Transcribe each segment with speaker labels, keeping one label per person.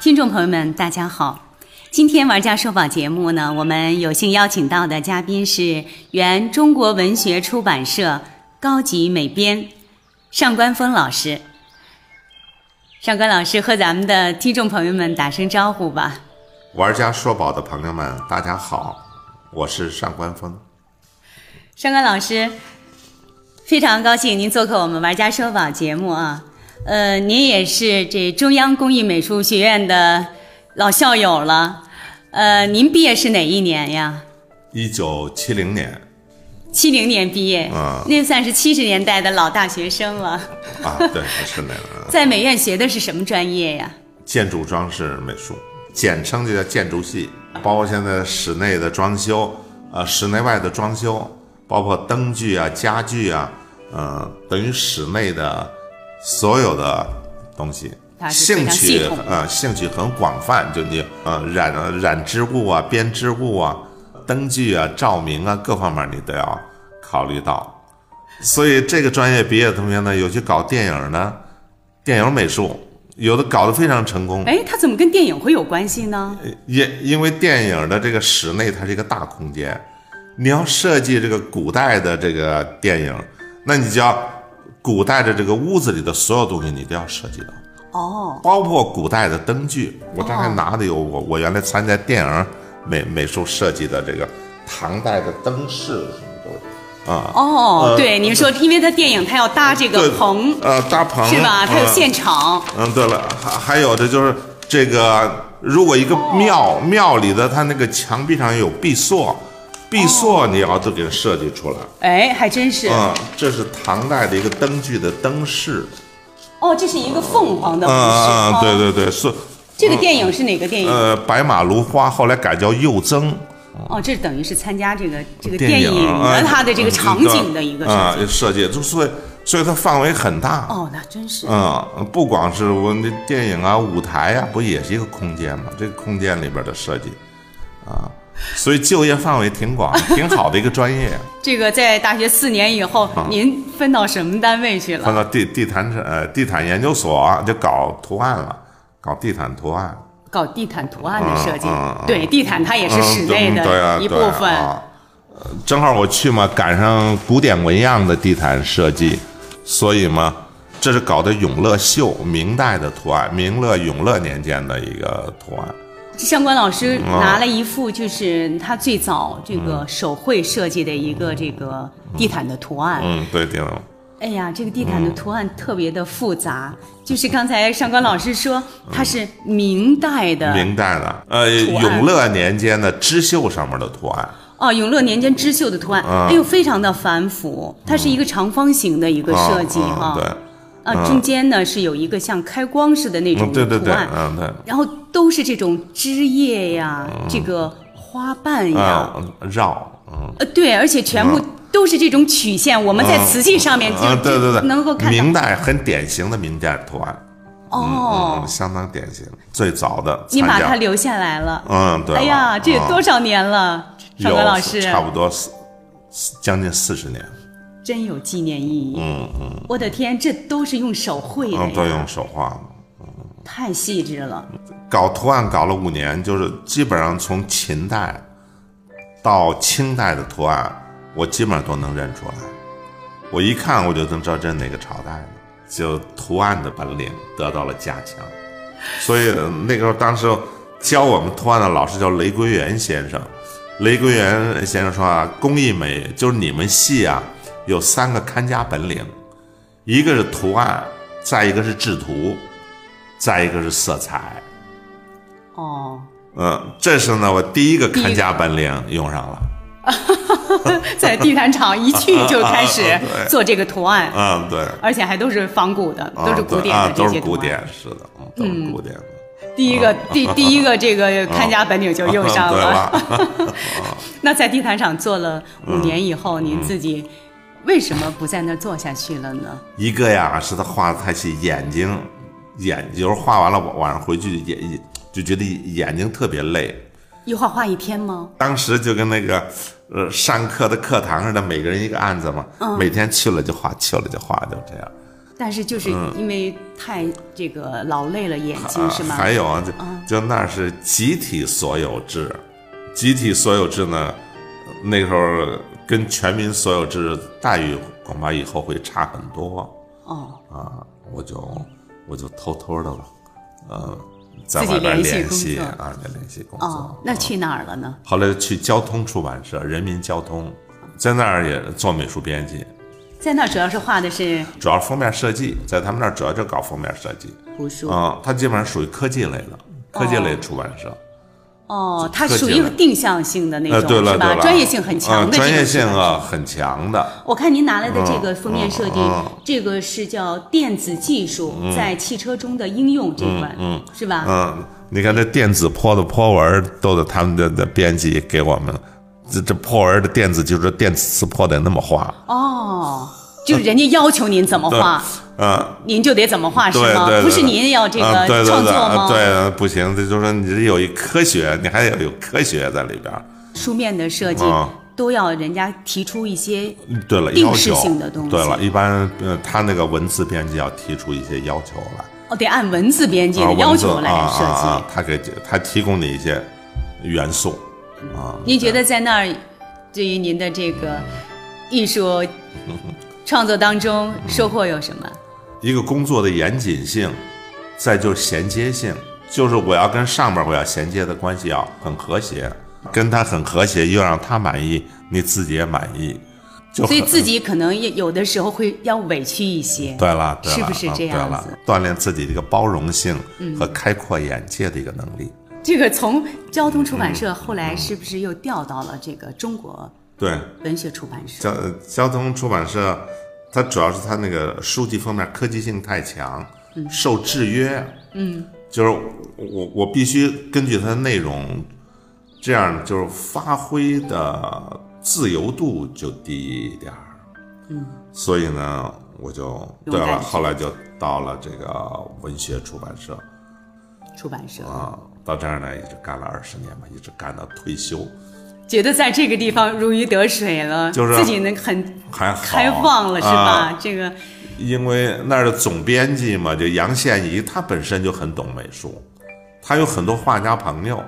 Speaker 1: 听众朋友们，大家好。今天《玩家说宝》节目呢，我们有幸邀请到的嘉宾是原中国文学出版社高级美编上官峰老师。上官老师和咱们的听众朋友们打声招呼吧。
Speaker 2: 玩家说宝的朋友们，大家好，我是上官峰。
Speaker 1: 上官老师，非常高兴您做客我们《玩家说宝》节目啊。呃，您也是这中央工艺美术学院的老校友了。呃，您毕业是哪一年呀？
Speaker 2: 一九七零年
Speaker 1: 七零年毕业，
Speaker 2: 嗯
Speaker 1: 那算是七十年代的老大学生了。
Speaker 2: 啊，对，是那个
Speaker 1: 在美院学的是什么专业呀？
Speaker 2: 建筑装饰美术，简称就叫建筑系，包括现在室内的装修，呃，室内外的装修，包括灯具啊、家具啊，呃，等于室内的所有的东西。
Speaker 1: 它是非
Speaker 2: 兴
Speaker 1: 常
Speaker 2: 趣
Speaker 1: 系统的
Speaker 2: 呃，兴趣很广泛，就你呃染染织物啊、编织物啊、灯具啊、照明啊各方面你都要考虑到。所以这个专业毕业的同学呢，有去搞电影的，电影美术，有的搞得非常成功。
Speaker 1: 哎，它怎么跟电影会有关系呢？
Speaker 2: 也因为电影的这个室内它是一个大空间，你要设计这个古代的这个电影，那你就要古代的这个屋子里的所有东西你都要涉及到，
Speaker 1: 哦，
Speaker 2: 包括古代的灯具。我这还拿的有我我原来参加电影美美术设计的这个唐代的灯饰什么都有。
Speaker 1: 哦，对，您说，因为它电影它要搭这个
Speaker 2: 呃对
Speaker 1: 棚，
Speaker 2: 呃，搭棚
Speaker 1: 是吧？它有
Speaker 2: 嗯
Speaker 1: 现场，
Speaker 2: 嗯，对了，还还有的就是这个，如果一个
Speaker 1: 哦
Speaker 2: 庙庙里的它那个墙壁上有壁塑，壁
Speaker 1: 哦
Speaker 2: 塑你要都给它设计出来。
Speaker 1: 哎，还真是。
Speaker 2: 嗯，这是唐代的一个灯具的灯饰。
Speaker 1: 哦，这是一个凤凰的
Speaker 2: 嗯
Speaker 1: 故事。
Speaker 2: 嗯，
Speaker 1: 哦
Speaker 2: 嗯对对对，是
Speaker 1: 这个电影是哪个电影？
Speaker 2: 呃白马芦花，后来改叫幼增。
Speaker 1: 哦，这等于是参加这个这个
Speaker 2: 电
Speaker 1: 电影
Speaker 2: 啊
Speaker 1: 的它的这个场景的一个
Speaker 2: 啊
Speaker 1: 设计。
Speaker 2: 设计，就所以所以它范围很大。
Speaker 1: 哦，那真是。
Speaker 2: 嗯，不光是我们的电影啊、舞台啊，不也是一个空间吗？这个空间里边的设计，啊，所以就业范围挺广，挺好的一个专业。
Speaker 1: 这个在大学四年以后，
Speaker 2: 嗯
Speaker 1: 您分到什么单位去
Speaker 2: 换
Speaker 1: 了？
Speaker 2: 到地地毯呃地毯研究所啊就搞图案了，搞地毯图案，
Speaker 1: 搞地毯图案的设计
Speaker 2: 嗯嗯嗯。
Speaker 1: 对，地毯它也是室内
Speaker 2: 嗯对啊
Speaker 1: 的一部
Speaker 2: 对啊
Speaker 1: 分。
Speaker 2: 啊呃正好我去嘛，赶上古典纹样的地毯设计，所以嘛，这是搞的永乐绣，明代的图案，明乐永乐年间的一个图案。
Speaker 1: 上官老师拿了一幅，就是他最早这
Speaker 2: 嗯
Speaker 1: 个手绘设计的一个这个地毯的图案。
Speaker 2: 嗯，对，丁总。
Speaker 1: 哎呀，这个地毯的图案特别的复杂，就是刚才上官老师说它是明代的
Speaker 2: 明代的，呃，
Speaker 1: 图案
Speaker 2: 永乐年间的织绣上面的图案，
Speaker 1: 哦，永乐年间织绣的图案，
Speaker 2: 啊
Speaker 1: 哎呦，非常的繁复，它是一个长方形的一个设计
Speaker 2: 嗯嗯
Speaker 1: 哈。
Speaker 2: 对，
Speaker 1: 啊，中间呢是有一个像开光似的那种
Speaker 2: 嗯，对对
Speaker 1: 图
Speaker 2: 对，
Speaker 1: 案，
Speaker 2: 嗯对，
Speaker 1: 然后都是这种枝叶呀，这个花瓣呀，
Speaker 2: 嗯，绕，嗯，
Speaker 1: 呃，对，而且全部都是这种曲线，我们在瓷器上哎面就
Speaker 2: 嗯，对对对，
Speaker 1: 能够看到
Speaker 2: 明代很典型的明代图案，
Speaker 1: 哦
Speaker 2: 嗯，，相当典型，最早的
Speaker 1: 你
Speaker 2: 参
Speaker 1: 把
Speaker 2: 加
Speaker 1: 它留下来了。
Speaker 2: 嗯，对了，
Speaker 1: 哎呀，这也多少年了，
Speaker 2: 有
Speaker 1: 上官老师，啊
Speaker 2: 差不多四四将近四十年，
Speaker 1: 真有纪念意义。
Speaker 2: 嗯嗯，
Speaker 1: 我的天，这都是用手绘的
Speaker 2: 嗯，都
Speaker 1: 哎呀，
Speaker 2: 用手画，
Speaker 1: 太细致了。
Speaker 2: 搞图案搞了五年，就是基本上从秦代到清代的图案，我基本上都能认出来。我一看我就能知道这是哪个朝代的，就图案的本领得到了加强。所以呃那个时候，当时教我们图案的老师叫雷归元先生。雷归元先生说啊，工艺美就是你们系啊，有三个看家本领，一个是图案，再一个是制图，再一个是色彩。
Speaker 1: 哦，
Speaker 2: 嗯，这是呢，我第一个看家本领用上了。
Speaker 1: 在地毯厂一去就开始
Speaker 2: 啊啊 对
Speaker 1: 做这个图案，
Speaker 2: 嗯，对，
Speaker 1: 而且还都是仿古的，
Speaker 2: 啊
Speaker 1: 都是古
Speaker 2: 对
Speaker 1: 典
Speaker 2: 啊
Speaker 1: 的，
Speaker 2: 都
Speaker 1: 这
Speaker 2: 是
Speaker 1: 些图
Speaker 2: 古
Speaker 1: 案。
Speaker 2: 典，是的，嗯，都是古典的。
Speaker 1: 第一个第第一个 这个看家本领就用上
Speaker 2: 哦对
Speaker 1: 了。
Speaker 2: 了， 嗯
Speaker 1: 那在地毯厂做了五年以后，您自己为什么不在那儿做下去了呢？
Speaker 2: 一个呀是他画的太细，眼睛，眼有时候画完了晚晚上回去眼就觉得眼睛特别累。
Speaker 1: 一画画一天吗？
Speaker 2: 当时就跟那个呃
Speaker 1: 嗯
Speaker 2: 上课的课堂似的，每个人一个案子嘛，每天去了就画，去了就画，就这样。
Speaker 1: 但是就是因为太这个劳累了眼睛、
Speaker 2: 嗯啊
Speaker 1: 是，吗？嗯
Speaker 2: 还有啊，就就那是集体所有制，集体所有制呢，那时候跟全民所有制待遇恐怕以后会差很多
Speaker 1: 哦，
Speaker 2: 啊。我就我就偷偷的了，呃，在
Speaker 1: 自己
Speaker 2: 外边
Speaker 1: 联系
Speaker 2: 联
Speaker 1: 工
Speaker 2: 系
Speaker 1: 作
Speaker 2: 啊，就联系工
Speaker 1: 哦
Speaker 2: 作，。
Speaker 1: 那去哪儿了呢？
Speaker 2: 后来去交通出版社，人民交通，在那儿也做美术编辑，
Speaker 1: 在那儿主要是画的是
Speaker 2: 主要是封面设计，在他们那儿主要就搞封面设计。
Speaker 1: 古书
Speaker 2: 嗯，它基本上属于科技类的，科技类出版社。
Speaker 1: 哦，它
Speaker 2: 特
Speaker 1: 属
Speaker 2: 技
Speaker 1: 于
Speaker 2: 了
Speaker 1: 定向性的那
Speaker 2: 呃，
Speaker 1: 种，
Speaker 2: 对了
Speaker 1: 是
Speaker 2: 对
Speaker 1: 吧？
Speaker 2: 了，
Speaker 1: 专业性很强
Speaker 2: 嗯
Speaker 1: 的、这
Speaker 2: 专业
Speaker 1: 种
Speaker 2: 性
Speaker 1: 是吧。
Speaker 2: 啊很强的。
Speaker 1: 我看您拿来的这个封面设计，
Speaker 2: 嗯嗯
Speaker 1: 这个是叫电子技术在汽车中的应用这一块，是吧？
Speaker 2: 嗯，你看这电子坡的坡文都得他们的的编辑给我们，这这坡文的电子就是电子坡得那么画。
Speaker 1: 哦，就是人家要求您怎么画，
Speaker 2: 嗯，
Speaker 1: 您就得怎么啊画，是
Speaker 2: 对对
Speaker 1: 吗？
Speaker 2: 对，
Speaker 1: 不是您要这
Speaker 2: 嗯
Speaker 1: 个
Speaker 2: 对对
Speaker 1: 创
Speaker 2: 对
Speaker 1: 作吗？
Speaker 2: 对，啊不行，这就是说你这有一科学，你还得有科学在里边儿。
Speaker 1: 书面的设计
Speaker 2: 嗯
Speaker 1: 都要人家提出一些
Speaker 2: 对了，
Speaker 1: 定
Speaker 2: 要
Speaker 1: 式
Speaker 2: 求
Speaker 1: 性的东西
Speaker 2: 对了，一般呃，他那个文字编辑要提出一些要求来。
Speaker 1: 哦，得按文字编辑
Speaker 2: 啊，
Speaker 1: 的
Speaker 2: 文
Speaker 1: 要
Speaker 2: 字
Speaker 1: 求来
Speaker 2: 啊
Speaker 1: 设
Speaker 2: 啊
Speaker 1: 计。
Speaker 2: 啊他给他提供你一些元素啊。
Speaker 1: 您觉得在那儿，对于您的这个艺术
Speaker 2: 嗯
Speaker 1: 创作当中收获有什么？
Speaker 2: 一个工作的严谨性，再就是衔接性，就是我要跟上边儿我要衔接的关系要很和谐，跟他很和谐，又让他满意，你自己也满意，就
Speaker 1: 所以
Speaker 2: 很
Speaker 1: 自己可能也有的时候会要委屈一些。
Speaker 2: 对了，对了，
Speaker 1: 是不是
Speaker 2: 啊
Speaker 1: 这样
Speaker 2: 对了
Speaker 1: 子嗯
Speaker 2: 锻炼自己这个包容性和开阔眼界的一个能力。
Speaker 1: 这个从交通出版社
Speaker 2: 嗯
Speaker 1: 后来是不是又调到了这个中国
Speaker 2: 对，
Speaker 1: 文学出版社？
Speaker 2: 交呃交通出版社，它主要是它那个书籍封面科技性太强，受制约。嗯，就是我我必须根据它的内容，这样就是发挥的自由度就低一点儿。嗯，所以呢，我就
Speaker 1: 勇
Speaker 2: 对
Speaker 1: 敢
Speaker 2: 了，
Speaker 1: 去
Speaker 2: 后来就到了这个文学出版社
Speaker 1: 出版社
Speaker 2: 啊，到这儿呢一直干了二十年吧，一直干到退休，
Speaker 1: 觉得在这个地方如鱼得水了，
Speaker 2: 就是
Speaker 1: 自己能很
Speaker 2: 还好
Speaker 1: 开放了，是
Speaker 2: 啊
Speaker 1: 吧？这个
Speaker 2: 因为那儿的总编辑嘛，就杨宪仪，他本身就很懂美术，他有很多画家朋友，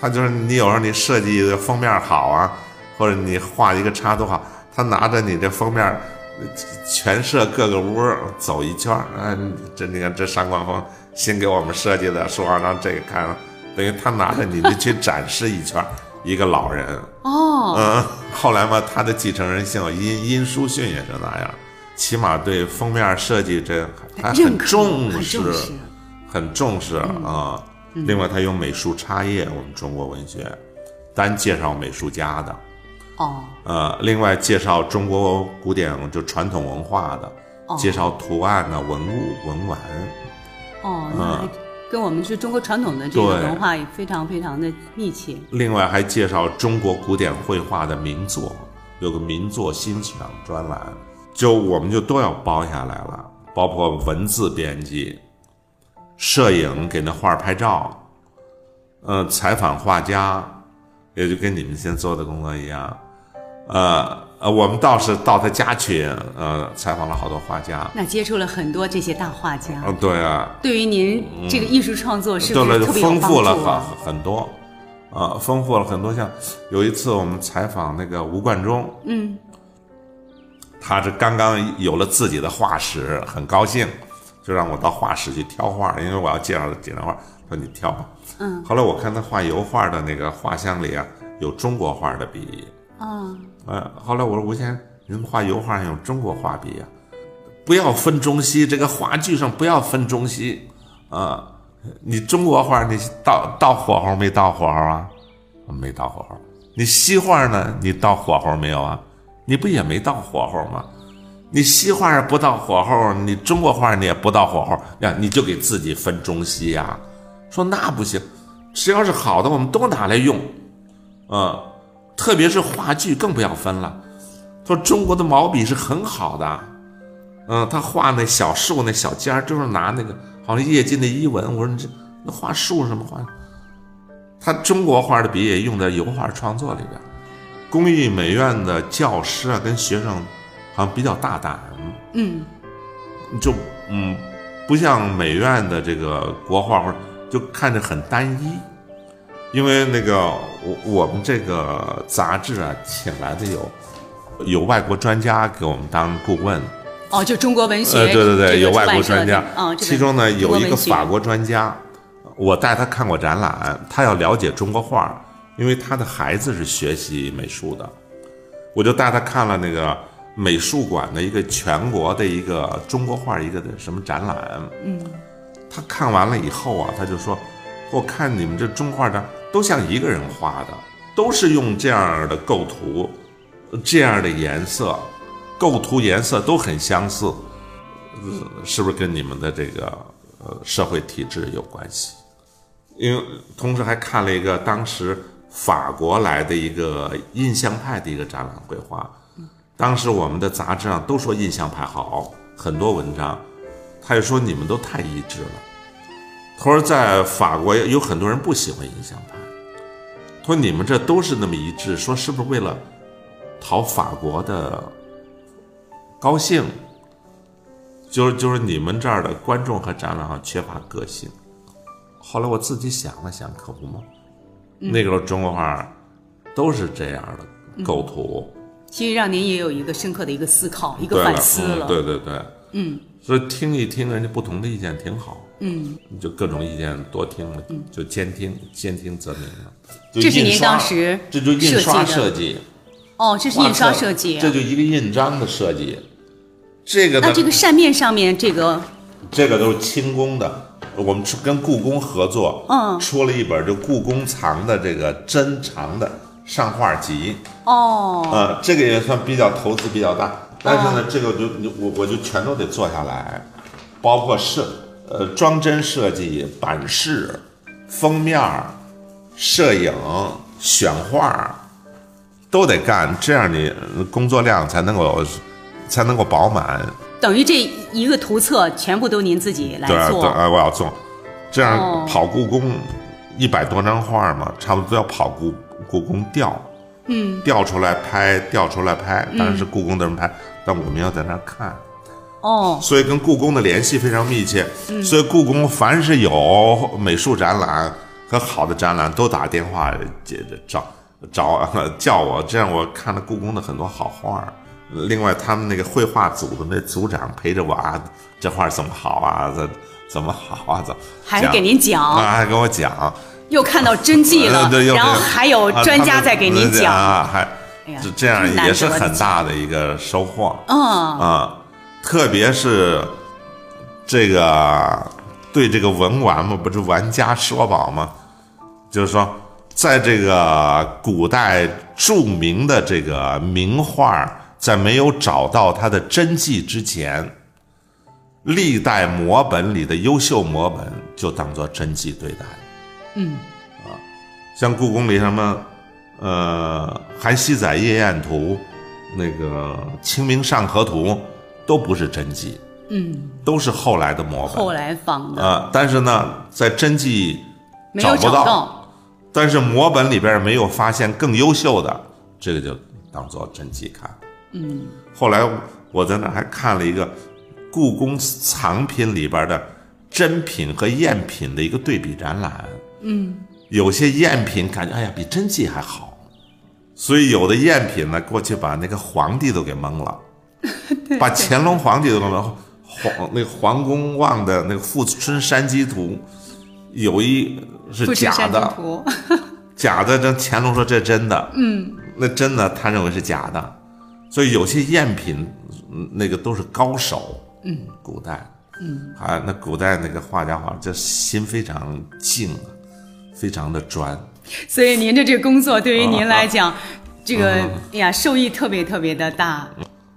Speaker 2: 他就是你有时候你设计的封面好啊，或者你画一个插图好，他拿着你这封面，呃全社各个屋儿走一圈儿，哎，这你看这上官峰新给我们设计的书画，让这个看，等于他拿着你的去展示一圈儿，一个老人，
Speaker 1: 哦，
Speaker 2: 嗯，后来嘛，他的继承人姓殷，殷书逊也是那样，起码对封面设计这还
Speaker 1: 哎认
Speaker 2: 很
Speaker 1: 可
Speaker 2: 重
Speaker 1: 很
Speaker 2: 视，
Speaker 1: 重视。
Speaker 2: 很重视啊。另外，他有美术插页，我们中国文学单介绍美术家的，
Speaker 1: 哦，
Speaker 2: 呃，另外介绍中国古典就传统文化的，介绍图案呢、文物、文玩，
Speaker 1: 哦，那
Speaker 2: 嗯
Speaker 1: 还跟我们是中国传统的这个
Speaker 2: 对
Speaker 1: 文化也非常非常的密切。
Speaker 2: 另外还介绍中国古典绘画的名作，有个名作欣赏专栏，就我们就都要包下来了，包括文字编辑、摄影给那画儿拍照，呃，采访画家，也就跟你们先做的工作一样，呃呃，我们倒是到他家去，呃，采访了好多画家，
Speaker 1: 那接触了很多这些大画家，
Speaker 2: 嗯，对啊，
Speaker 1: 对于您这个艺术创作是
Speaker 2: 对
Speaker 1: 不
Speaker 2: 了，
Speaker 1: 是
Speaker 2: 就
Speaker 1: 特别有
Speaker 2: 丰
Speaker 1: 帮
Speaker 2: 富
Speaker 1: 助
Speaker 2: 了
Speaker 1: 啊？
Speaker 2: 很很多，啊，丰富了很多。像有一次我们采访那个吴冠中，嗯，他是刚刚有了自己的画室，很高兴，就让我到画室去挑画，因为我要介绍几张画，说你挑吧。嗯，后来我看他画油画的那个画箱里啊，有中国画的笔，
Speaker 1: 啊，
Speaker 2: 呃，后来我说吴先生，你怎么画油画还用中国画笔呀、啊不要分中西，这个画具上不要分中西啊、你中国画你到到火候没到火候啊？没到火候。你西画呢？你到火候没有啊？你不也没到火候吗？你西画不到火候，你中国画你也不到火候，呀，你就给自己分中西呀、说那不行，只要是好的，我们都拿来用，嗯，特别是话剧更不要分了。说中国的毛笔是很好的，嗯，他画那小树那小尖儿，就是拿那个好像叶金的衣纹。我说你这那画树是什么画？他中国画的笔也用在油画创作里边儿。工艺美院的教师啊，跟学生好像比较大胆，
Speaker 1: 嗯，
Speaker 2: 就嗯，不像美院的这个国画或者就看着很单一。因为那个我我们这个杂志啊，请来的有有外国专家给我们当顾问，
Speaker 1: 哦，就中国文学，
Speaker 2: 呃，对对
Speaker 1: 这个
Speaker 2: 对，有
Speaker 1: 出
Speaker 2: 外
Speaker 1: 版
Speaker 2: 国
Speaker 1: 社
Speaker 2: 专
Speaker 1: 的
Speaker 2: 家
Speaker 1: 哦，，这
Speaker 2: 其中呢
Speaker 1: 中国
Speaker 2: 有一
Speaker 1: 文
Speaker 2: 个
Speaker 1: 学
Speaker 2: 法国专家，我带他看过展览，他要了解中国画，因为他的孩子是学习美术的，我就带他看了那个美术馆的一个全国的一个中国画一个的什么展览，嗯，他看完了以后啊，他就说，我看你们这中画展都像一个人画的，都是用这样的构图，这样的颜色，构图颜色都很相似。是不是跟你们的这个呃社会体制有关系？因为同时还看了一个当时法国来的一个印象派的一个展览绘画，当时我们的杂志上都说印象派好，很多文章，他就说你们都太一致了。他说在法国有很多人不喜欢印象派，他说你们这都是那么一致，说是不是为了讨法国的高兴？就是就是你们这儿的观众和展览上缺乏个性。后来我自己想了想，可不嘛，
Speaker 1: 嗯
Speaker 2: 那个时候中国画都是这样的构图，
Speaker 1: 其实让您也有一个深刻的一个思考，一
Speaker 2: 对
Speaker 1: 个
Speaker 2: 了，
Speaker 1: 反思
Speaker 2: 嗯
Speaker 1: 了。
Speaker 2: 对对对，嗯，所以听一听人家不同的意见挺好，嗯，你就各种意见多听嘛，就兼听兼听则明了。就
Speaker 1: 嗯这是
Speaker 2: 印
Speaker 1: 您
Speaker 2: 刷
Speaker 1: 当时
Speaker 2: 这就印刷
Speaker 1: 设
Speaker 2: 设计，
Speaker 1: 哦，这是
Speaker 2: 画
Speaker 1: 印刷
Speaker 2: 册
Speaker 1: 设计。啊
Speaker 2: 这就一个印章的设计，这个
Speaker 1: 那
Speaker 2: 呢
Speaker 1: 这个扇面上面这个
Speaker 2: 这个都是清宫的。我们是跟故宫合作，
Speaker 1: 嗯
Speaker 2: 出了一本就故宫藏的这个珍藏的上画集，
Speaker 1: 哦，
Speaker 2: 呃，这个也算比较投资比较大，但是呢，这个我就你我我就全都得做下来，包括设呃装帧设计、版式、封面儿、摄影、选画儿都得干，这样你呃工作量才能够才能够饱满。
Speaker 1: 等于这一个图册全部都您自己来
Speaker 2: 对啊对
Speaker 1: 做。
Speaker 2: 啊，我要做，这
Speaker 1: 哦
Speaker 2: 样跑故宫一百多张画嘛，差不多要跑故故宫调，嗯，调出来拍，调出来拍，当然是故宫的人拍，但我们要在那儿看，
Speaker 1: 哦，
Speaker 2: 所以跟故宫的联系非常密切，
Speaker 1: 嗯
Speaker 2: 所以故宫凡是有美术展览和好的展览，都打电话接着找找 叫我，这样我看了故宫的很多好画儿。另外，他们那个绘画组的那组长陪着我啊，这画儿怎么好啊？这怎么好啊？怎么
Speaker 1: 还给您讲，
Speaker 2: 啊？还给我讲，
Speaker 1: 又看到真迹了
Speaker 2: 呃对，又
Speaker 1: 然后
Speaker 2: 给
Speaker 1: 还有
Speaker 2: 啊
Speaker 1: 专
Speaker 2: 他
Speaker 1: 家
Speaker 2: 们
Speaker 1: 在给您
Speaker 2: 对
Speaker 1: 讲。
Speaker 2: 啊，还
Speaker 1: 哎呀
Speaker 2: 这这样
Speaker 1: 真难
Speaker 2: 也是
Speaker 1: 得的
Speaker 2: 很大的一个收获。
Speaker 1: 嗯，
Speaker 2: 啊，特别是这个对这个文玩嘛，不是玩家说宝嘛，就是说，在这个古代著名的这个名画，在没有找到它的真迹之前，历代摹本里的优秀摹本就当做真迹对待。
Speaker 1: 嗯，
Speaker 2: 啊，像故宫里什么，呃，《韩熙载夜宴图》，那个《清明上河图》，都不是真迹，嗯，都是后来的摹
Speaker 1: 后
Speaker 2: 本。
Speaker 1: 来仿的
Speaker 2: 啊，但是呢，在真迹
Speaker 1: 没有
Speaker 2: 找不到
Speaker 1: 到。
Speaker 2: 但是摹本里边没有发现更优秀的，这个就当做真迹看。嗯，后来我在那儿还看了一个故宫藏品里边的真品和赝品的一个对比展览。嗯，有些赝品感觉哎呀比真迹还好，所以有的赝品呢过去把那个皇帝都给蒙 了，把乾隆皇帝都给蒙了。皇那个皇宫望的那个《富春山居图》，有一是
Speaker 1: 富士
Speaker 2: 假
Speaker 1: 山
Speaker 2: 的
Speaker 1: 居，图，
Speaker 2: 假的，这乾隆说这真的，嗯，那真的他认为是假的，所以有些赝品嗯那个都是高手，嗯，古代，嗯，啊，那古代那个画家好，这心非常静啊，非常的专，
Speaker 1: 所以您的这个工作对于您来讲，这个
Speaker 2: 啊嗯
Speaker 1: 哎呀受益特别特别的大，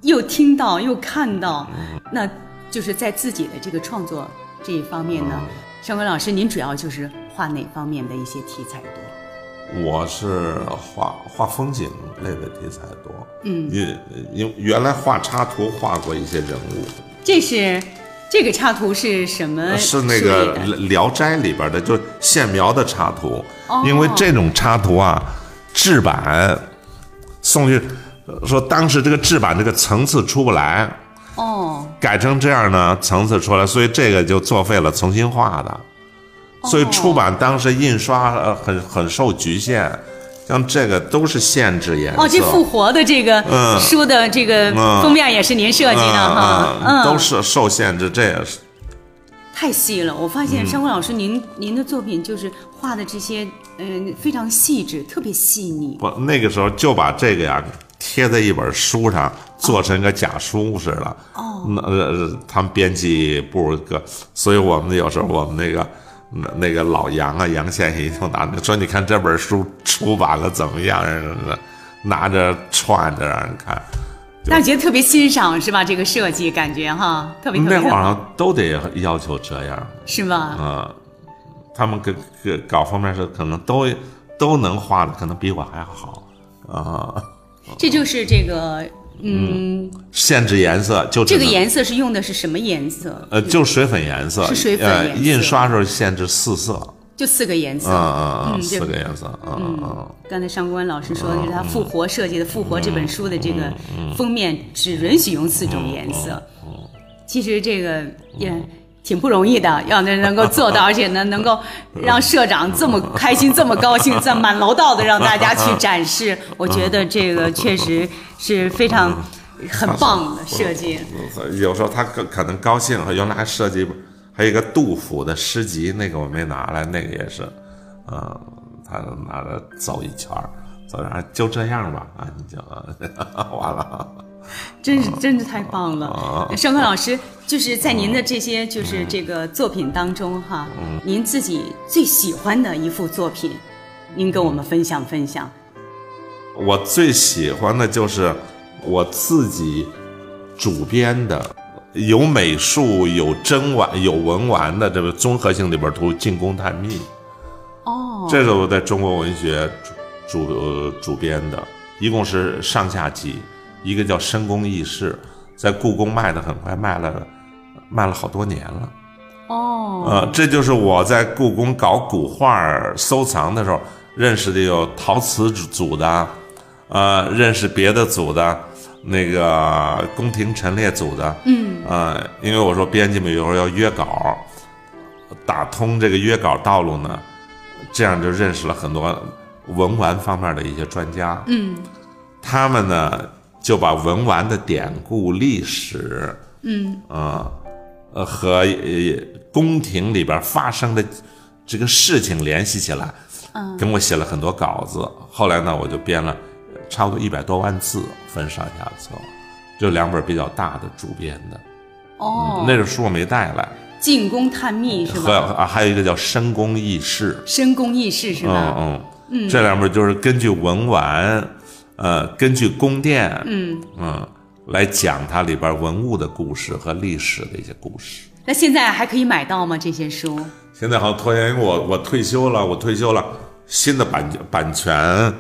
Speaker 1: 又听到又看到，
Speaker 2: 嗯
Speaker 1: 那就是在自己的这个创作这一方面
Speaker 2: 嗯
Speaker 1: 呢，上官老师您主要就是画哪方面的一些题材多？
Speaker 2: 我是画画风景类的题材多，嗯，因因原来画插图画过一些人物，
Speaker 1: 这是这个插图呃是什么？
Speaker 2: 呃是那个
Speaker 1: 树立的
Speaker 2: 《聊斋》里边的，就是线描的插图，
Speaker 1: 哦
Speaker 2: 因为这种插图啊，制呃版送去说当时这个制版这个层次出不来，
Speaker 1: 哦，
Speaker 2: 改成这样呢，层次出来，所以这个就作废了，重新画的。所以出
Speaker 1: 哦
Speaker 2: 版当时印刷呃很很受局限，像这个都是限制颜色。
Speaker 1: 哦，这复活的这个
Speaker 2: 嗯
Speaker 1: 书的这个
Speaker 2: 嗯
Speaker 1: 封面也是您设计的哈，
Speaker 2: 嗯嗯，都是受限制，这也是
Speaker 1: 太细了。我发现山谷老师您您的作品就是画的这些嗯、非常细致，特别细腻。
Speaker 2: 我那个时候就把这个呀贴在一本书上，做成个假书似的。哦，那呃，他们编辑部个，所以我们有时候我们那个。那那个老杨啊，杨先生一定拿着说：“你看这本书出版了怎么样？”拿着串着让人看，
Speaker 1: 但是觉得特别欣赏是吧？这个设计感觉哈，特别特别
Speaker 2: 嗯那会
Speaker 1: 好，
Speaker 2: 儿好像都得要求这样。
Speaker 1: 是吧？
Speaker 2: 嗯，他们跟跟搞方面是可能都都能画的，可能比我还好啊、
Speaker 1: 这就是这个嗯，
Speaker 2: 限制颜色就只
Speaker 1: 这个
Speaker 2: 能
Speaker 1: 颜色是用的是什么颜色？
Speaker 2: 呃，就水粉颜色，
Speaker 1: 是水粉颜色
Speaker 2: 呃，印刷时候限制四色，
Speaker 1: 就四个颜色。
Speaker 2: 嗯嗯
Speaker 1: 嗯
Speaker 2: 嗯，
Speaker 1: 对
Speaker 2: 四个颜色，嗯嗯嗯，
Speaker 1: 刚才上官老师说，就是他复活设计的《复活》这本书的这个封面只允许用四种颜色。其实这个也挺不容易的，要能能够做到，而且呢能够让社长这么开心、这么高兴、这么满楼道的让大家去展示，我觉得这个确实是非常很棒的设计。
Speaker 2: 嗯有时候他可可能高兴，原来还设计一本，还有一个杜甫的诗集，那个我没拿来，那个也是，嗯，他拿着走一圈儿，走着啊就这样吧，啊，你就 完了。
Speaker 1: 真是真是太棒了！盛坤老师，就是在您的这些就是这个作品当中哈，您自己最喜欢的一幅作品，您跟我们分享分享。
Speaker 2: 我最喜欢的就是我自己主编的，有美术、有真玩、有文玩的这个综合性里边图《进攻探秘》，
Speaker 1: 哦，
Speaker 2: 这是我在中国文学主主、呃主编的，一共是上下集，一个叫《深宫异事》，在故宫卖的很快，卖了卖了好多年了。
Speaker 1: 哦，
Speaker 2: 呃，这就是我在故宫搞古画儿收藏的时候认识的有陶瓷组的，呃，认识别的组的，那个宫廷陈列组的，嗯，呃，因为我说编辑们有时候要约稿，打通这个约稿道路呢，这样就认识了很多文玩方面的一些专家，
Speaker 1: 嗯，
Speaker 2: 他们呢就把文玩的典故、历史，嗯，啊、呃和呃宫廷里边发生的这个事情联系起来，嗯，跟我写了很多稿子。后来呢，我就编了差不多一百多万字，分上下册，就两本比较大的主编的。
Speaker 1: 哦，
Speaker 2: 那本书我没带来，
Speaker 1: 进宫探秘是
Speaker 2: 和
Speaker 1: 吧？
Speaker 2: 啊还有一个叫《深宫异事》，
Speaker 1: 深宫异事是吧？
Speaker 2: 嗯嗯，这两本就是根据文玩，呃，根据宫殿，嗯来讲它里边文物的故事和历史的一些故事。
Speaker 1: 那现在还可以买到吗？这些书？
Speaker 2: 现在好像拖延，因为我我退休了，我退休了，新的版版权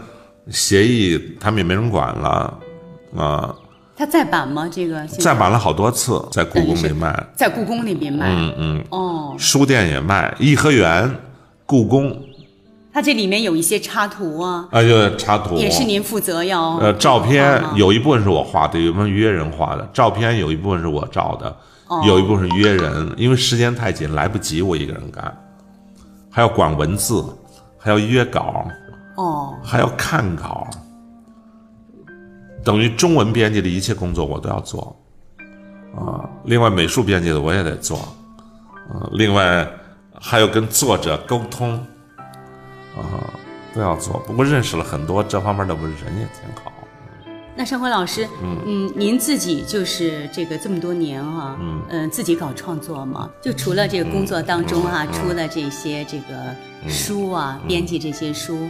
Speaker 2: 协议他们也没人管了，啊、
Speaker 1: 它再版吗？这个现在
Speaker 2: 再版了好多次，在故宫没卖，
Speaker 1: 在故宫里面卖。嗯嗯。哦，
Speaker 2: 书店也卖，颐和园、故宫
Speaker 1: 它这里面有一些插图啊，
Speaker 2: 啊，有点插图，
Speaker 1: 也是您负责要
Speaker 2: 呃，照片
Speaker 1: 画吗
Speaker 2: 有一部分是我画的，有一部分约人画的。照片有一部分是我照的，
Speaker 1: 哦
Speaker 2: 有一部分是约人，因为时间太紧，来不及我一个人干，还要管文字，还要约稿，
Speaker 1: 哦。
Speaker 2: 还要看稿，等于中文编辑的一切工作我都要做，啊，另外美术编辑的我也得做，啊，另外还有跟作者沟通，啊，都要做。不过认识了很多这方面的人也挺好。
Speaker 1: 那尚辉老师，嗯您自己就是这个这么多年哈、嗯、自己搞创作嘛，就除了这个工作当中啊，
Speaker 2: 嗯
Speaker 1: 出了这些这个书啊，编辑这些书，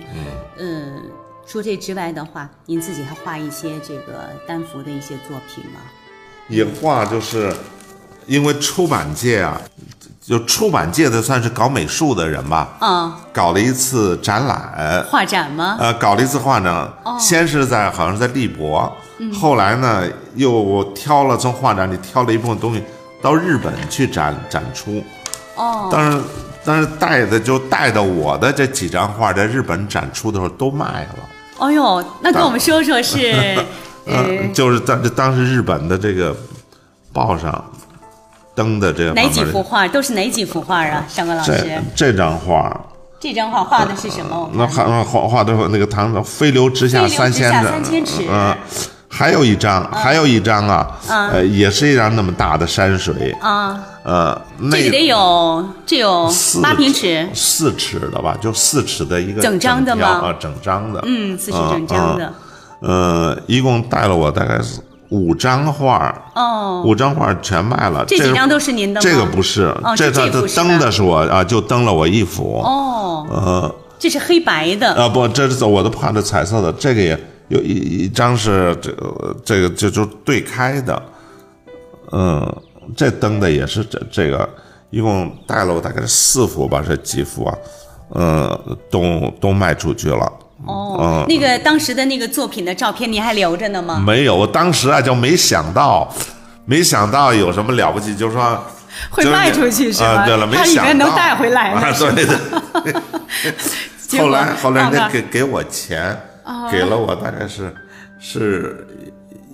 Speaker 1: 嗯，呃，除这之外的话，您自己还画一些这个单幅的一些作品吗？
Speaker 2: 也画就是，因为出版界啊，就出版界的算是搞美术的人吧，
Speaker 1: 啊，
Speaker 2: 搞了一次展览，
Speaker 1: 画展吗？
Speaker 2: 呃，搞了一次画展，
Speaker 1: 哦
Speaker 2: 先是在好像是在立博，
Speaker 1: 嗯
Speaker 2: 后来呢又挑了从画展里挑了一部分东西到日本去展展出，
Speaker 1: 哦，
Speaker 2: 但是但是带的就带的我的这几张画在日本展出的时候都卖了。
Speaker 1: 哎 呦，那跟我们说说是，呃，
Speaker 2: 嗯，就是当当时日本的这个报上登的这个
Speaker 1: 哪
Speaker 2: 版
Speaker 1: 几
Speaker 2: 本
Speaker 1: 幅画都是哪几幅画啊？上官老
Speaker 2: 这
Speaker 1: 师，
Speaker 2: 这张画，
Speaker 1: 这张画画的是什么？我看
Speaker 2: 那画画画的那个唐朝飞流直下
Speaker 1: 飞流
Speaker 2: 三
Speaker 1: 直
Speaker 2: 千
Speaker 1: 下
Speaker 2: 尺，
Speaker 1: 三千尺
Speaker 2: 嗯，还有一张，还有一张啊，呃，也是一张那么大的山水，
Speaker 1: 啊，
Speaker 2: 呃，那
Speaker 1: 这个得有这有
Speaker 2: 四
Speaker 1: 八平尺，
Speaker 2: 四尺的吧，就四尺的一个
Speaker 1: 整张的吗
Speaker 2: 条啊，整张的，
Speaker 1: 嗯，四十整张
Speaker 2: 啊
Speaker 1: 的。
Speaker 2: 呃，一共带了我大概是五张画，
Speaker 1: 哦，
Speaker 2: 五张画全卖了，
Speaker 1: 这几
Speaker 2: 个
Speaker 1: 张都是您的吗？
Speaker 2: 这个不是，
Speaker 1: 这
Speaker 2: 这张
Speaker 1: 这幅
Speaker 2: 这
Speaker 1: 是
Speaker 2: 登
Speaker 1: 吧
Speaker 2: 的是我啊，就登了我一幅，
Speaker 1: 哦，
Speaker 2: 呃。
Speaker 1: 这是黑白的，
Speaker 2: 啊，不，这是我的画的彩色的，这个也有一一张是这个这个就就对开的，嗯，这登的也是这这个，一共带了我大概是四幅吧，是几幅啊？嗯，都都卖出去了。啊
Speaker 1: 哦，那个当时的那个作品的照片您还留着呢吗？
Speaker 2: 没有，我当时啊就没想到，没想到有什么了不起，就说
Speaker 3: 会卖出去是
Speaker 2: 啊
Speaker 3: 吧？
Speaker 2: 对了，没
Speaker 3: 它里
Speaker 2: 想到
Speaker 3: 面能带回 来
Speaker 2: 啊
Speaker 3: 呢。，
Speaker 2: 对的。
Speaker 3: 结
Speaker 2: 后
Speaker 3: 果哦
Speaker 2: 来后来人家
Speaker 3: 到那
Speaker 2: 给给我钱，给了我大概是是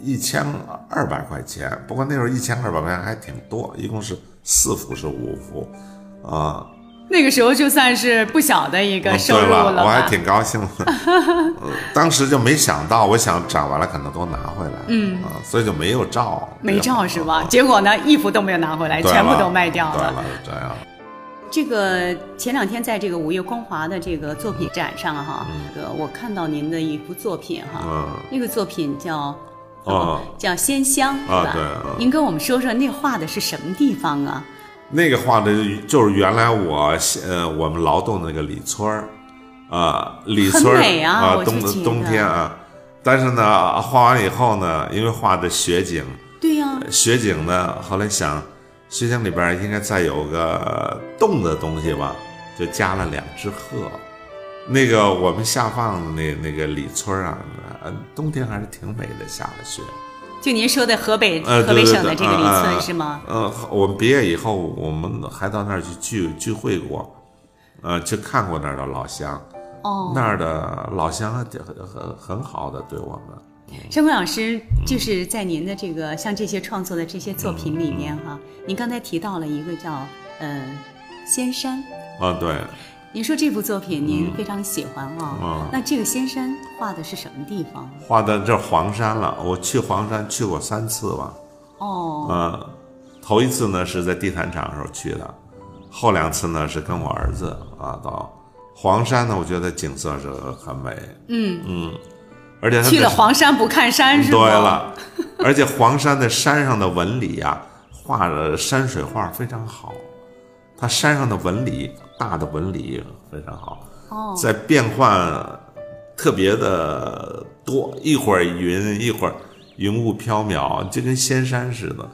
Speaker 2: 一千二百块钱，不过那时候一千二百块钱还挺多，一共是四幅是五幅，啊，
Speaker 3: 那个时候就算是不小的一个
Speaker 2: 嗯
Speaker 3: 收
Speaker 2: 对
Speaker 3: 入
Speaker 2: 了，我还
Speaker 3: 吧。
Speaker 2: 挺高 兴的，呃当时就没想到，我想涨完了可能都拿回来，嗯，啊，所以就没有照，
Speaker 3: 没照是吧？结果呢，一幅都没有拿回来，
Speaker 2: 啊对了？
Speaker 3: 全部都卖掉
Speaker 2: 对啊
Speaker 3: 了。
Speaker 2: 了，这样。
Speaker 1: 这个前两天在这个五月光华的这个作品展上哈，这个我看到您的一幅作品哈，
Speaker 2: 嗯
Speaker 1: 那个作品叫。
Speaker 2: 哦
Speaker 1: 叫仙香是
Speaker 2: 啊
Speaker 1: 吧？
Speaker 2: 对嗯
Speaker 1: 您跟我们说说那画的是什么地方啊？
Speaker 2: 那个画的就就是原来我呃我们劳动那个李村儿，啊、李村
Speaker 1: 很
Speaker 2: 儿呃
Speaker 1: 美啊我就
Speaker 2: 冬
Speaker 1: 觉得
Speaker 2: 冬天啊，但是呢画完以后呢，因为画的雪景，
Speaker 1: 对呀、
Speaker 2: 雪景呢后来想雪景里边儿应该再有个冻的东西吧，就加了两只鹤。那个我们下放的那那个李村儿啊，呃冬天还是挺美的，下了雪。
Speaker 1: 就您说的河北、
Speaker 2: 呃，
Speaker 1: 河
Speaker 2: 对
Speaker 1: 北
Speaker 2: 对
Speaker 1: 省的
Speaker 2: 对
Speaker 1: 这个
Speaker 2: 嗯
Speaker 1: 李
Speaker 2: 嗯
Speaker 1: 村、
Speaker 2: 嗯
Speaker 1: 是吗？
Speaker 2: 呃，我们毕业以后，我们还到那儿去聚聚会过，呃，去看过那儿的老乡，
Speaker 1: 哦，
Speaker 2: 那儿的老乡还挺很很很好的对我们，
Speaker 1: 山坤老师，就是在您的这个像这些创作的这些作品里面哈、您刚才提到了一个叫呃仙山，
Speaker 2: 啊，对，
Speaker 1: 您说这幅作品您非常喜欢啊、
Speaker 2: 嗯
Speaker 1: 那这个仙山画的是什么地方？
Speaker 2: 画的这黄山了，我去黄山去过三次吧，
Speaker 1: 哦，
Speaker 2: 呃，头一次呢是在地毯厂时候去的，后两次呢是跟我儿子啊到黄山呢，我觉得景色是很美，
Speaker 3: 嗯
Speaker 2: 嗯，而且它
Speaker 3: 去
Speaker 2: 的
Speaker 3: 了黄山不看山是
Speaker 2: 嗯对
Speaker 3: 吗？
Speaker 2: 了，而且黄山的山上的纹理啊，画的山水画非常好，它山上的纹理，大的纹理非常好，
Speaker 1: 哦，
Speaker 2: 在变换特别的多，一会儿云，一会儿云雾飘渺，就跟仙山似的。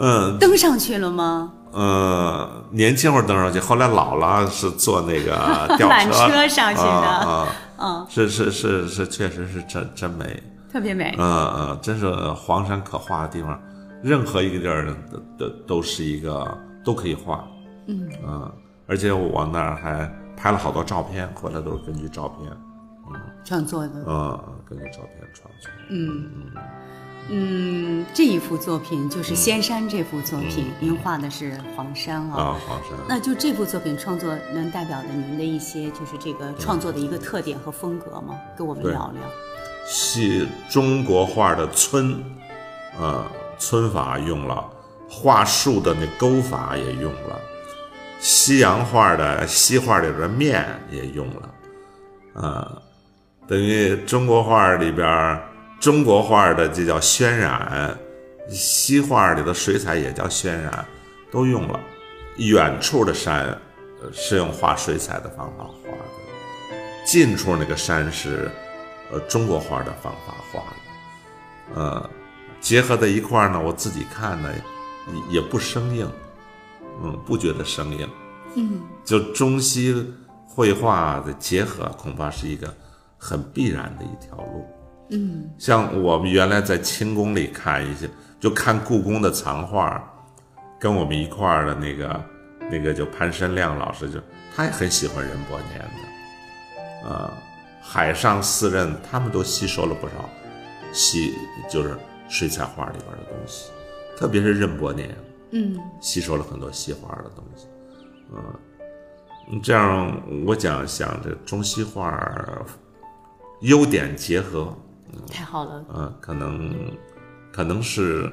Speaker 2: 嗯
Speaker 1: 登上去了吗？
Speaker 2: 呃，年轻会儿登上去，后来老了是坐 那个吊
Speaker 1: 缆
Speaker 2: 车
Speaker 1: 车上去的
Speaker 2: 啊
Speaker 1: 嗯
Speaker 2: 啊，是是是是，确实是真真美。
Speaker 3: 特别美。
Speaker 2: 嗯嗯，真是黄山可画的地方，任何一个地儿都都都是一个都可以画。嗯而且我往那儿还拍了好多照片，回来都是根据照片，
Speaker 1: 创作的，
Speaker 2: 嗯，嗯根据照片创作。
Speaker 1: 嗯嗯，这一幅作品
Speaker 2: 嗯
Speaker 1: 就是仙山这幅作品，您画的是黄山啊。
Speaker 2: 啊，黄山，
Speaker 1: 那就这部作品创作能代表着您的一些，就是这个创作的一个特点和风格吗？跟我们
Speaker 2: 对
Speaker 1: 聊聊。
Speaker 2: 是中国画的皴，呃，皴法用了，画树的那钩法也用了，西洋画的西画里边的面也用了。啊，等于中国画里边儿中国画的这叫渲染，西画里的水彩也叫渲染，都用了。远处的山呃是用画水彩的方法画的，近处那个山是呃中国画的方法画的，呃，结合在一块儿呢，我自己看呢也也不生硬，嗯，不觉得生硬。 就中西绘画的结合，恐怕是一个很必然的一条路。嗯，像我们原来在清宫里看一些，就看故宫的藏画，跟我们一块儿的那个那个就潘申亮老师就，他也很喜欢任伯年的，啊、海上四任他们都吸收了不少西就是水彩画里边的东西，特别是壬癸年，
Speaker 3: 嗯，
Speaker 2: 吸收了很多西画的东西，嗯，这样我讲想这中西画优点结合，
Speaker 3: 太好了，
Speaker 2: 嗯，可能可能是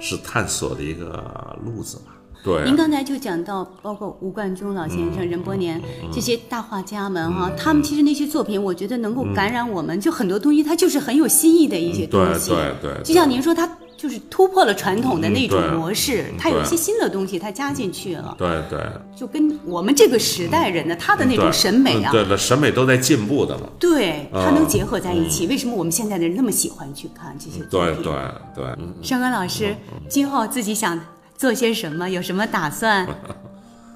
Speaker 2: 是探索的一个路子吧。对，
Speaker 1: 您刚才就讲到，包括吴冠中老先
Speaker 2: 嗯
Speaker 1: 生、任伯年这些大画家们哈，他们其实那些作品，我觉得能够感染我们，就很多东西，它就是很有新意的一些
Speaker 2: 嗯对
Speaker 1: 东西。
Speaker 2: 嗯对对，
Speaker 1: 就像您说，它就是突破了传统的那种
Speaker 2: 嗯对
Speaker 1: 模式，它有一些新的东西，它加进去了，
Speaker 2: 对对
Speaker 1: 就跟我们这个时代人的他的那
Speaker 2: 对
Speaker 1: 种审美啊
Speaker 2: 嗯，对了，审美都在进步的嘛。
Speaker 1: 对，它能
Speaker 2: 嗯嗯
Speaker 1: 结合在一起。为什么我们现在的人那么喜欢去看这些作
Speaker 2: 对
Speaker 1: 品？
Speaker 2: 对对，嗯
Speaker 1: 上官老师，今后自己想做些什么？有什么打 算？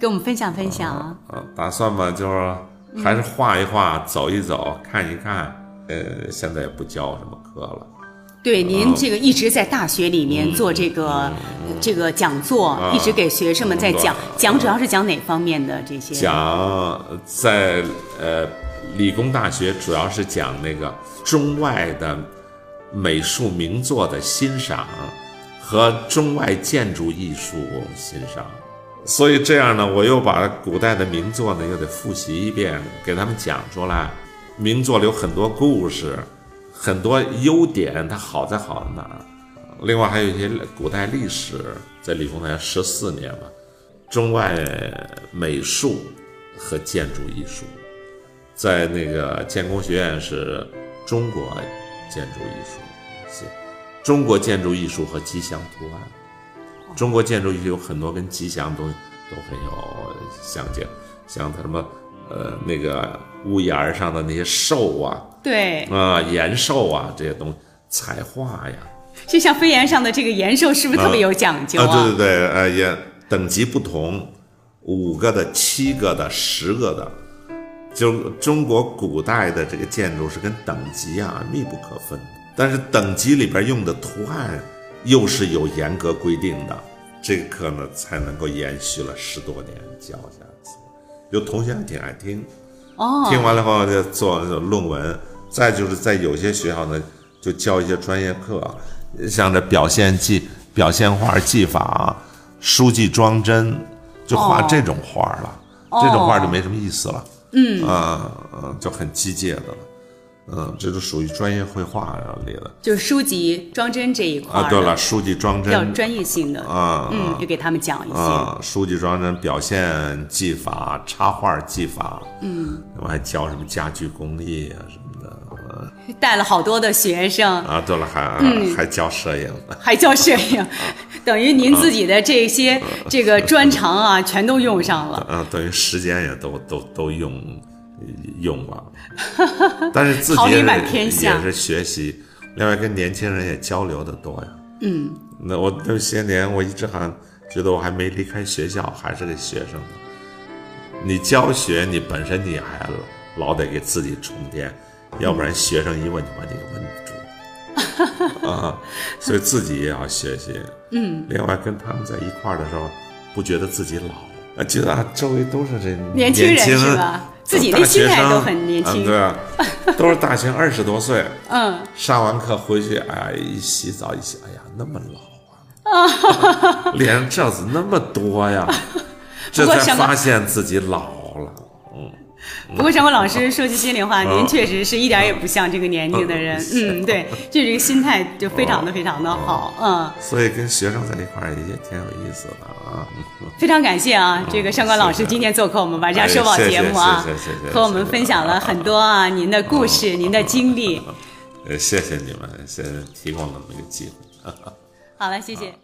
Speaker 1: 跟我们分享分享啊！
Speaker 2: 啊，打算吧，就是还是画一画，走一走，看一看。呃，现在也不教什么课了。
Speaker 1: 对，您这个一直在大学里
Speaker 2: 嗯
Speaker 1: 面做这个这个讲座，一直给学生们在讲
Speaker 2: 啊嗯
Speaker 1: 讲，主要是讲哪方面的这些？
Speaker 2: 讲在呃理工大学主要是讲那个中外的美术名作的欣赏和中外建筑艺术欣赏。所以这样呢，我又把古代的名作呢又得复习一遍，给他们讲出来。名作里有很多故事，很多优点，它好在好在哪儿？另外还有一些古代历史，在理工大学十四年嘛，中外美术和建筑艺术，在那个建工学院是中国建筑艺术系，中国建筑艺术和吉祥图案。中国建筑艺术有很多跟吉祥都都很有相见，像它什么呃那个屋檐儿上的那些兽啊
Speaker 3: 对，
Speaker 2: 啊、延寿啊这些东西，彩画呀，
Speaker 3: 就像飞檐上的这个延寿，是不是特别有讲究
Speaker 2: 啊，对对对，呃，也等级不同，五个的、七个的、十个的，就中国古代的这个建筑是跟等级啊密不可分的，但是等级里边用的图案又是有严格规定的，这个课呢才能够延续了十多年教下去。有同学还挺爱听，
Speaker 1: 哦，
Speaker 2: 听完了后就做论文，再就是在有些学校呢，就教一些专业课，啊像这表现技、表现画技法、啊书记装帧，就画
Speaker 1: 哦
Speaker 2: 这种画了，
Speaker 1: 哦
Speaker 2: 这种画就没什么意思了。嗯啊、嗯就很机械的了。嗯，这就属于专业绘画里的
Speaker 1: 就是书籍装帧这一块
Speaker 2: 啊。
Speaker 1: 儿
Speaker 2: 对
Speaker 1: 的
Speaker 2: 了，书记装
Speaker 1: 比较
Speaker 2: 帧
Speaker 1: 专业性的，
Speaker 2: 啊，
Speaker 1: 嗯，就给他们讲一些。
Speaker 2: 啊，书记装帧、表现技法、插画技法，嗯，我还教什么家具工艺啊什么的。嗯
Speaker 1: 带了好多的学生，
Speaker 2: 啊，对了，还、
Speaker 1: 嗯
Speaker 2: 还教摄影，
Speaker 1: 还教摄影，
Speaker 2: 啊
Speaker 1: 等于您自己的这些这个专长啊，全都用上了。
Speaker 2: 嗯、等于时间也都都都用用完了， 但是自
Speaker 3: 桃
Speaker 2: 己
Speaker 3: 李
Speaker 2: 也
Speaker 3: 满天
Speaker 2: 是
Speaker 3: 下
Speaker 2: 也是学习，另外跟年轻人也交流的多呀。嗯，那我这些年我一直好像觉得我还没离开学校，还是个学生呢。你教学，你本身你还老得给自己充电，要不然学生一问就把你给问住。啊，所以自己也要学习。嗯，另外跟他们在一块儿的时候，不觉得自己老，啊，觉得啊周围都是这
Speaker 3: 年轻
Speaker 2: 轻
Speaker 3: 人
Speaker 2: 人
Speaker 3: 是吧自己那心态都很年轻
Speaker 2: 啊、对 啊，都是大学二十多岁，
Speaker 3: 嗯，
Speaker 2: 上完课回去，哎，一洗澡一洗，哎呀，那么老啊， 脸上褶子那么多呀，这
Speaker 3: 过
Speaker 2: 才
Speaker 3: 想到
Speaker 2: 发现自己老了。嗯，
Speaker 3: 不过，张国老师说句心里
Speaker 2: 啊
Speaker 3: 话，您确实是一点儿也不像这个年纪的人。嗯，对，就这个心态就非常的非常的好。嗯，
Speaker 2: 所以跟学生在一块儿也挺有意思的啊。
Speaker 3: 非常感谢啊，这个上官老
Speaker 2: 谢
Speaker 3: 师
Speaker 2: 谢
Speaker 3: 今天做客我们玩家
Speaker 2: 哎
Speaker 3: 说宝
Speaker 2: 谢谢
Speaker 3: 节目啊
Speaker 2: 谢谢谢谢谢，谢
Speaker 3: 和我们分享了很多啊您的故事、您的经
Speaker 2: 啊
Speaker 3: 历。
Speaker 2: 呃，谢谢你们，谢谢提供了这么一个机会。
Speaker 1: 好了，谢谢。